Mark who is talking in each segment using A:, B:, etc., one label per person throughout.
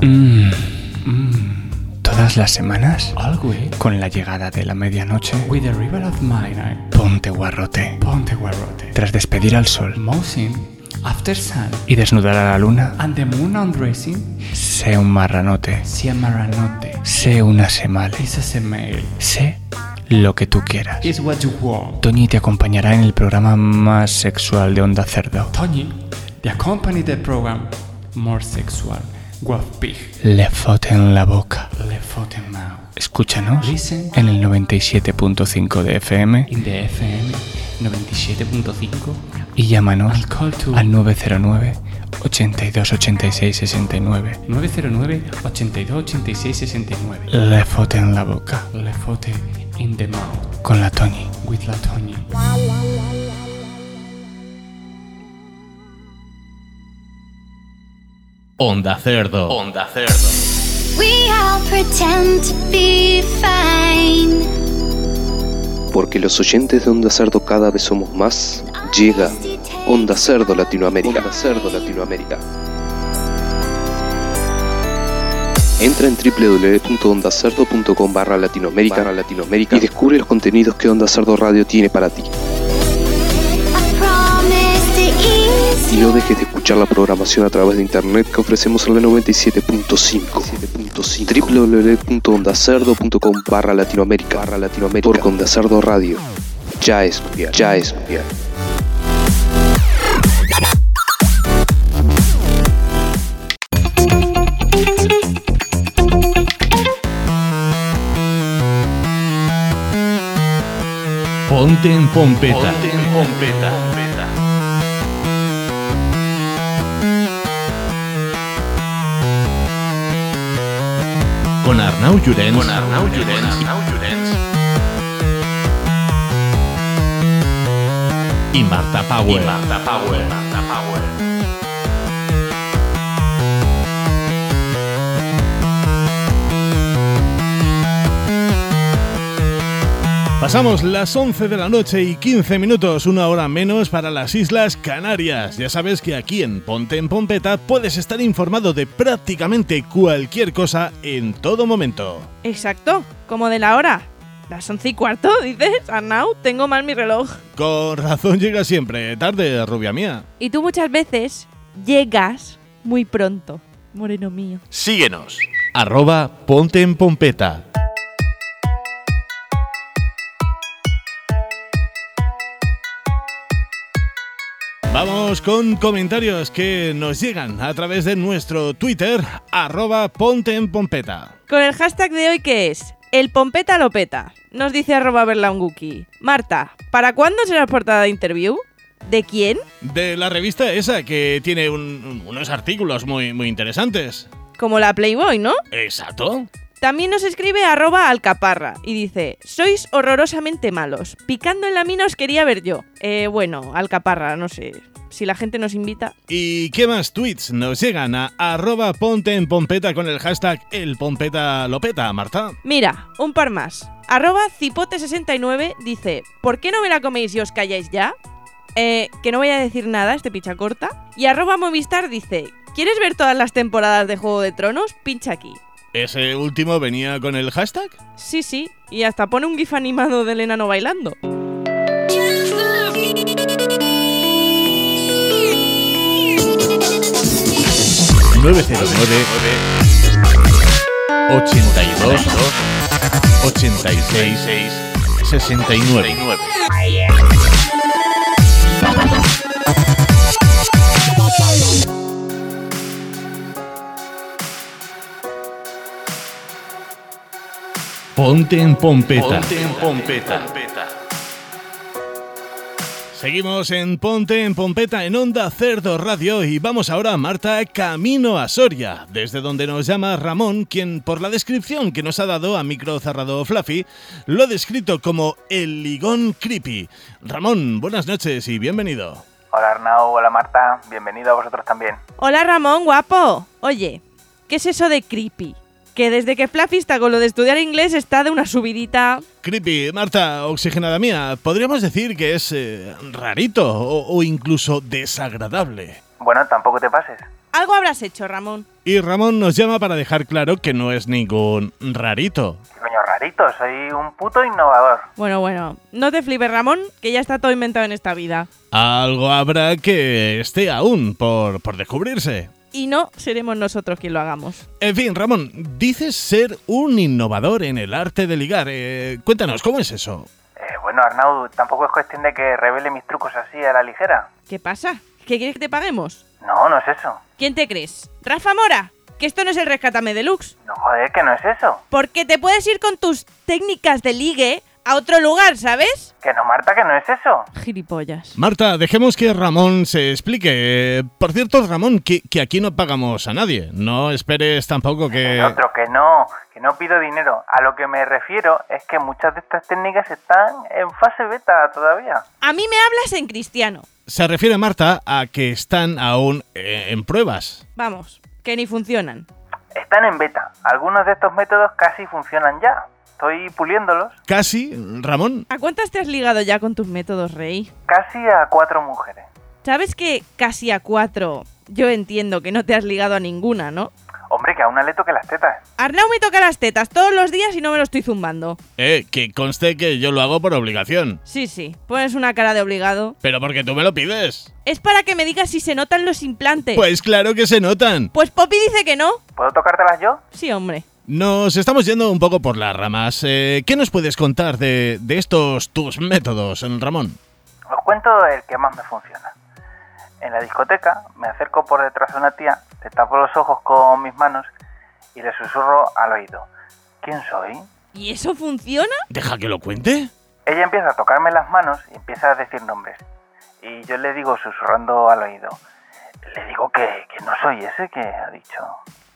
A: Mm. Todas las semanas,
B: Always
A: con la llegada de la medianoche,
B: with the river of mine I
A: ponte guarrote.
B: ponte where wrote it.
A: Tras despedir al sol
B: Mousing after sun
A: y desnudar a la luna,
B: and the moon undressing
A: sé un marranote,
B: si amaranote
A: sé una semale,
B: is as a male
A: sé lo que tú quieras.
B: is what you want.
A: Toñi te acompañará en el programa más sexual de Onda Cerdo,
B: Tony, the accompany the program more sexual with pig.
A: Le Fote en la Boca.
B: Le foot and mouth.
A: Escúchanos
B: Listen
A: en el 97.5 de FM
B: in the FM 97.5
A: y llámanos
B: and call to
A: al 909 82 86 69.
B: 909 82 86 69.
A: Le Fote en la Boca
B: Le fote in the mouth
A: con la Toñi.
B: with la Tony.
C: Onda Cerdo. Onda Cerdo.
D: We all pretend to be fine.
E: Porque los oyentes de Onda Cerdo cada vez somos más, llega Onda Cerdo Latinoamérica. Onda Cerdo Latinoamérica. Entra en www.ondacerdo.com barra Latinoamérica, barra Latinoamérica y descubre los contenidos que Onda Cerdo Radio tiene para ti.
D: I promise to ease
E: Y no dejes de escuchar la programación a través de internet que ofrecemos en la 97.5 www.ondacerdo.com barra Latinoamérica, barra Latinoamérica porque Onda Cerdo Radio ya es mundial, ya es mundial.
C: Ponte en pompeta. Ponte en pompeta. Con Arnau Llorens. Con Arnau Llorens. Y Marta Power. Y Marta Power. Marta Power.
F: Pasamos las 11 de la noche y 15 minutos, una hora menos para las Islas Canarias. Ya sabes que aquí en Ponte en Pompeta puedes estar informado de prácticamente cualquier cosa en todo momento.
G: Exacto, como de la hora. Las once y cuarto, dices, Arnau, tengo mal mi reloj.
F: Con razón llega siempre, tarde, rubia mía.
G: Y tú muchas veces llegas muy pronto, moreno mío.
C: Síguenos. Arroba Ponte en Pompeta.
F: Vamos con comentarios que nos llegan a través de nuestro Twitter, arroba Ponte en Pompeta.
G: Con el hashtag de hoy que es El Pompeta lo peta. Nos dice arroba berlaunguki. Marta, ¿para cuándo será portada de interview? ¿De quién?
F: De la revista esa que tiene un- unos artículos muy, muy interesantes.
G: Como la Playboy, ¿no?
F: Exacto.
G: También nos escribe arroba alcaparra y dice, sois horrorosamente malos. Picando en la mina os quería ver yo. Eh, bueno, alcaparra, no sé. Si la gente nos invita.
F: ¿Y qué más tweets nos llegan a arroba ponte en pompeta con el hashtag el pompeta lopeta, Marta?
G: Mira, un par más. Arroba cipote69 dice, ¿por qué no me la coméis y os calláis ya? Eh, que no voy a decir nada, este picha corta. Y arroba movistar dice, ¿quieres ver todas las temporadas de Juego de Tronos? Pincha aquí.
F: Ese último venía con el hashtag.
G: Sí, sí, y hasta pone un gif animado del enano bailando.
C: Ponte en Pompeta. Ponte en Pompeta.
F: Seguimos en Ponte en Pompeta en Onda Cerdo Radio y vamos ahora, Marta, camino a Soria, desde donde nos llama Ramón, quien por la descripción que nos ha dado a micro cerrado Fluffy, lo ha descrito como el ligón creepy. Ramón, buenas noches y bienvenido.
H: Hola Arnau, hola Marta, bienvenido a vosotros también.
G: Hola Ramón, guapo. Oye, ¿qué es eso de creepy? Que desde que Fluffy está con lo de estudiar inglés está de una subidita.
F: Creepy, Marta, oxigenada mía, podríamos decir que es eh, rarito o, o incluso desagradable.
H: Bueno, tampoco te pases.
G: Algo habrás hecho, Ramón.
F: Y Ramón nos llama para dejar claro que no es ningún rarito.
H: ¿Qué coño rarito? Soy un puto innovador.
G: Bueno, bueno, no te flipes, Ramón, que ya está todo inventado en esta vida.
F: Algo habrá que esté aún por, por descubrirse.
G: Y no seremos nosotros quien lo hagamos.
F: En fin, Ramón, dices ser un innovador en el arte de ligar. Eh, cuéntanos, ¿cómo es eso?
H: Eh, bueno, Arnau, tampoco es cuestión de que revele mis trucos así a la ligera.
G: ¿Qué pasa? ¿Qué quieres que te paguemos?
H: No, no es eso.
G: ¿Quién te crees? ¿Rafa Mora? Que esto no es el Rescátame Deluxe.
H: No, joder, que no es eso.
G: Porque te puedes ir con tus técnicas de ligue a otro lugar, ¿sabes?
H: Que no, Marta, que no es eso.
G: Gilipollas.
F: Marta, dejemos que Ramón se explique. Eh, Por cierto, Ramón, que, que aquí no pagamos a nadie. No esperes tampoco que...
H: El otro, que no, que no pido dinero. A lo que me refiero es que muchas de estas técnicas están en fase beta todavía.
G: A mí me hablas en cristiano.
F: Se refiere Marta a que están aún eh, en pruebas.
G: Vamos, que ni funcionan.
H: Están en beta. Algunos de estos métodos casi funcionan ya. Estoy puliéndolos.
F: Casi, Ramón.
G: ¿A cuántas te has ligado ya con tus métodos, Rey?
H: Casi a cuatro mujeres.
G: ¿Sabes que casi a cuatro yo entiendo que no te has ligado a ninguna, ¿no?
H: Hombre, que a una le toque las tetas.
G: Arnau me toca las tetas todos los días y no me lo estoy zumbando.
F: Eh, que conste que yo lo hago por obligación.
G: Sí, sí, pones una cara de obligado.
F: Pero porque tú me lo pides.
G: Es para que me digas si se notan los implantes.
F: Pues claro que se notan.
G: Pues Poppy dice que no.
H: ¿Puedo tocártelas yo?
G: Sí, hombre.
F: Nos estamos yendo un poco por las ramas. Eh, ¿Qué nos puedes contar de, de estos tus métodos, Ramón?
H: Os cuento el que más me funciona. En la discoteca me acerco por detrás a una tía, le tapo los ojos con mis manos y le susurro al oído. ¿Quién soy?
G: ¿Y eso funciona?
F: ¿Deja que lo cuente?
H: Ella empieza a tocarme las manos y empieza a decir nombres. Y yo le digo susurrando al oído. Le digo que, que no soy ese que ha dicho.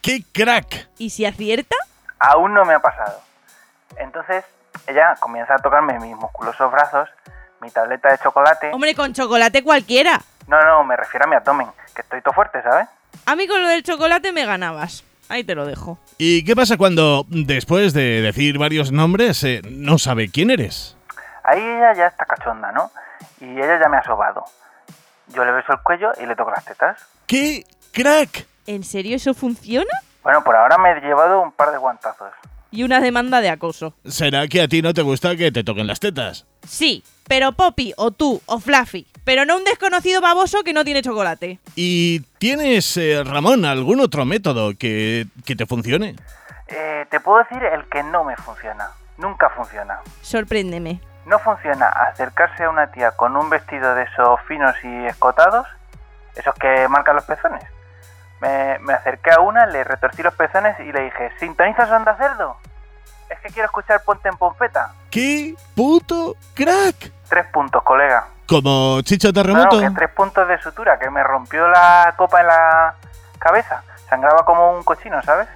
F: ¡Qué crack!
G: ¿Y si acierta?
H: Aún no me ha pasado. Entonces ella comienza a tocarme mis musculosos brazos, mi tableta de chocolate.
G: Hombre, con chocolate cualquiera.
H: No, no, me refiero a mi abdomen, que estoy todo fuerte, ¿sabes?
G: A mí con lo del chocolate me ganabas. Ahí te lo dejo.
F: ¿Y qué pasa cuando, después de decir varios nombres, eh, no sabe quién eres?
H: Ahí ella ya está cachonda, ¿no? Y ella ya me ha sobado. Yo le beso el cuello y le toco las tetas.
F: ¡Qué crack!
G: ¿En serio eso funciona?
H: Bueno, por ahora me he llevado un par de guantazos.
G: Y una demanda de acoso.
F: ¿Será que a ti no te gusta que te toquen las tetas?
G: Sí, pero Poppy, o tú, o Fluffy. Pero no un desconocido baboso que no tiene chocolate.
F: ¿Y tienes, eh, Ramón, algún otro método que, que te funcione?
H: Eh, te puedo decir el que no me funciona. Nunca funciona.
G: Sorpréndeme.
H: No funciona acercarse a una tía con un vestido de esos finos y escotados, esos que marcan los pezones. Me, me acerqué a una, le retorcí los pezones y le dije, ¿sintonizas onda cerdo? Es que quiero escuchar Ponte en Pompeta.
F: ¡Qué puto crack!
H: Tres puntos, colega.
F: Como Chicho
H: No, no,
F: Terremoto.
H: que tres puntos de sutura, que me rompió la copa en la cabeza. Sangraba como un cochino, ¿sabes?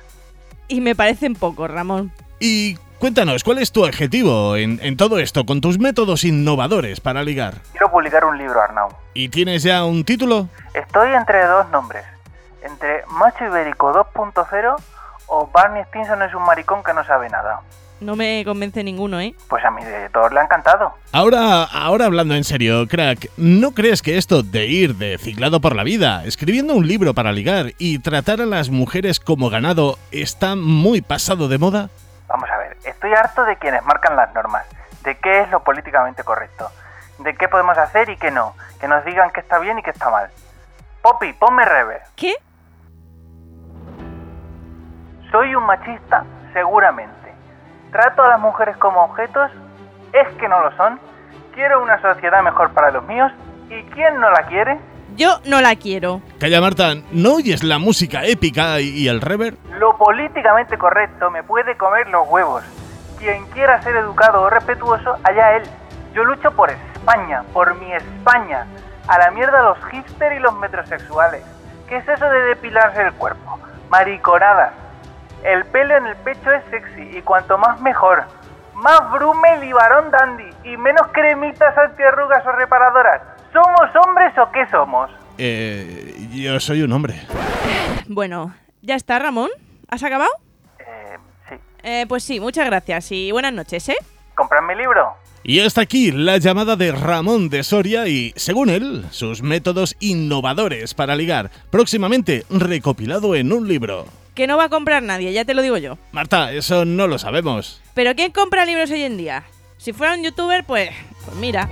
G: Y me parecen pocos, Ramón.
F: Y cuéntanos, ¿cuál es tu objetivo en, en todo esto con tus métodos innovadores para ligar?
H: Quiero publicar un libro, Arnau.
F: ¿Y tienes ya un título?
H: Estoy entre dos nombres. Entre Macho Ibérico 2.0 o Barney Stinson es un maricón que no sabe nada.
G: No me convence ninguno, ¿eh?
H: Pues a mi director le ha encantado.
F: Ahora, ahora hablando en serio, crack, ¿no crees que esto de ir de ciclado por la vida, escribiendo un libro para ligar y tratar a las mujeres como ganado está muy pasado de moda?
H: Vamos a ver, estoy harto de quienes marcan las normas, de qué es lo políticamente correcto, de qué podemos hacer y qué no, que nos digan qué está bien y qué está mal. Poppy, ponme rever.
G: ¿Qué?
H: Soy un machista, seguramente. Trato a las mujeres como objetos, es que no lo son. Quiero una sociedad mejor para los míos y ¿quién no la quiere?
G: Yo no la quiero.
F: Calla Marta, ¿no oyes la música épica y, y el rever?
H: Lo políticamente correcto me puede comer los huevos. Quien quiera ser educado o respetuoso, allá él. Yo lucho por España, por mi España. A la mierda los hipster y los metrosexuales. ¿Qué es eso de depilarse el cuerpo? Mariconadas. El pelo en el pecho es sexy y cuanto más mejor. Más brumel y varón dandy y menos cremitas antiarrugas o reparadoras. ¿Somos hombres o qué somos?
F: Eh, yo soy un hombre.
G: Bueno, ya está, Ramón. ¿Has acabado?
H: Eh, sí.
G: Eh, pues sí, muchas gracias y buenas noches, ¿eh?
H: Comprad mi libro.
F: Y hasta aquí la llamada de Ramón de Soria y, según él, sus métodos innovadores para ligar, próximamente recopilado en un libro.
G: Que no va a comprar nadie, ya te lo digo yo.
F: Marta, eso no lo sabemos.
G: Pero ¿quién compra libros hoy en día? Si fuera un youtuber, pues, pues mira.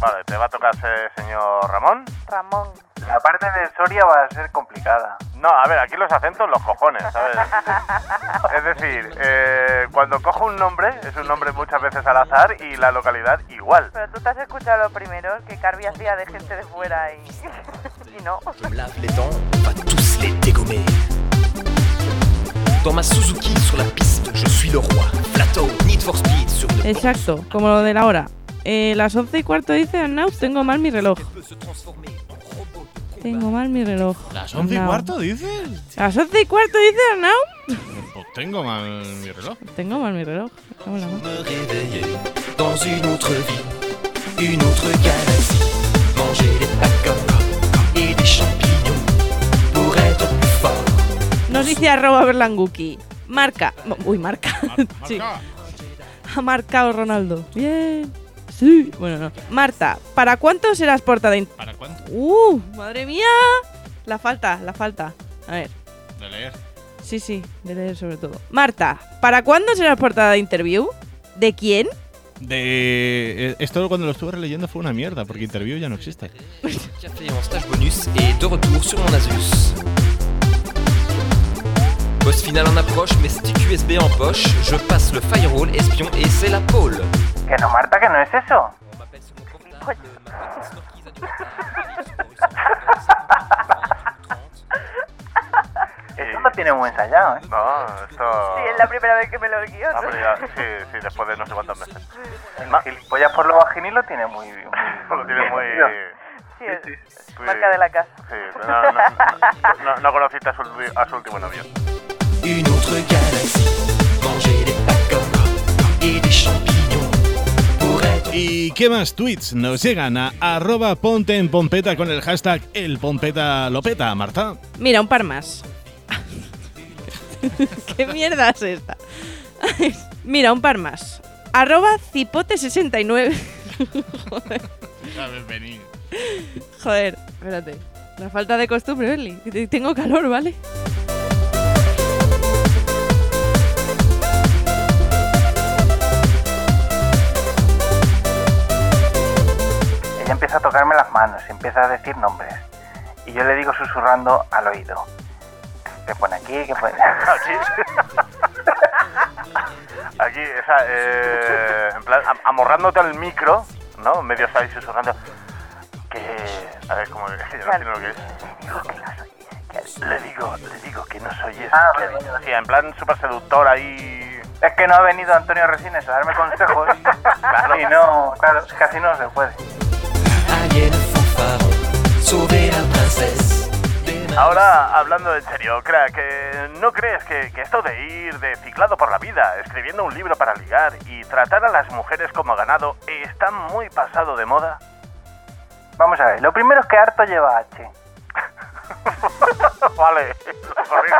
I: Vale, te va a tocar ser señor Ramón.
J: Ramón.
H: La parte de Soria va a ser complicada.
I: No, a ver, aquí los acentos, los cojones, ¿sabes? Es decir, eh, cuando cojo un nombre, es un nombre muchas veces al azar y la localidad igual.
J: Pero tú te has escuchado lo primero, que Carvi hacía de gente de fuera y, y no.
K: Je me lave les dents, on va tous les dégommer. Dans ma Suzuki sur la piste, je suis le roi. Plateau, Need for Speed sur une
G: Exacto, como lo de la hora. Eh, las 11 y cuarto dice Arnaus, tengo mal mi reloj.
K: peut se transformer en robot de combat.
G: Tengo mal mi reloj.
F: ¿Las once y
G: Arnau.
F: cuarto, dices?
G: ¿Las 11 y cuarto dice Arnau?
F: Pues tengo mal mi reloj.
G: Tengo mal mi reloj. Me cago en la
K: Je
G: mar.
K: me réveiller dans une autre vie, une autre galaxie. Manger des pacas et des champignons pour être plus fort.
G: Nos dice arroba Berlanguki. Marca. Uy, marca. sí. Ha marcado Ronaldo. Bien. Sí. Bueno, no. Marta, ¿para cuánto serás portada? in-
F: ¿Para cuánto?
G: ¡Uh! ¡Madre mía! La falta, la falta. A ver.
F: De leer.
G: Sí, sí, de leer sobre todo. Marta, ¿para cuándo serás portada de interview? ¿De quién?
F: De... eh, Esto cuando lo estuve releyendo fue una mierda, porque Interview ya no existe.
K: Café en stage bonus et de retour sur mon Asus. Boss final en approche, mes sticks USB en poche, je passe le firewall, espion et c'est la pole.
H: Que no, Marta, que no es eso.
K: On m'appelle sur mon portable, ma carte snorkeys a du Ah, retard,
H: Esto lo tiene muy ensayado, ¿eh?
I: No, esto...
J: Sí, es la primera vez que me lo guío.
I: Ah, pero ya- sí, sí, después de no sé cuántos meses.
H: El gilipollas por lo bajín y lo tiene muy bien.
I: Lo tienes muy...
J: Sí, es marca de la casa.
I: Sí, no, no, no, no conociste a su, a su último novio.
K: Une autre galaxie, manger des pacas et des champignons pour être
F: ¿Y qué más tweets nos llegan a arroba ponte en pompeta con el hashtag el pompeta lopeta, Marta?
G: Mira, un par más. ¿Qué mierda es esta? Mira, un par más. Arroba cipote69. Joder. Joder, espérate. La falta de costumbre, Eli. Te- Tengo calor, ¿vale?
H: Ella empieza a tocarme las manos y empieza a decir nombres. Y yo le digo susurrando al oído. ¿Qué pone aquí? ¿Qué pone
I: Aquí. Aquí, o sea, eh, en plan, am- amorrándote al micro, ¿no? Medio estáis susurrando. Que. A ver, como. Es que yo no entiendo lo que es. Le digo, le digo que no soy eso.
H: Ah,
I: que
H: vale, vale, vale.
I: Sí, en plan súper seductor ahí.
H: Es que no ha venido Antonio Resines a darme consejos.
I: Claro.
H: Y no, claro, casi no se puede.
K: alien fanfaron, sauver la princesse.
H: Ah, oh
K: des mains
I: Ahora, hablando en serio, crack, eh, ¿no crees que, que esto de ir de ciclado por la vida, escribiendo un libro para ligar y tratar a las mujeres como ganado está muy pasado de moda?
H: Vamos a ver, lo primero es que harto lleva H.
I: Vale, lo corrijo.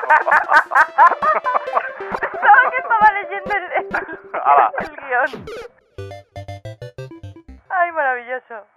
J: Pensaba que estaba leyendo el, el-
I: Ala.
J: el guión. Ay, maravilloso.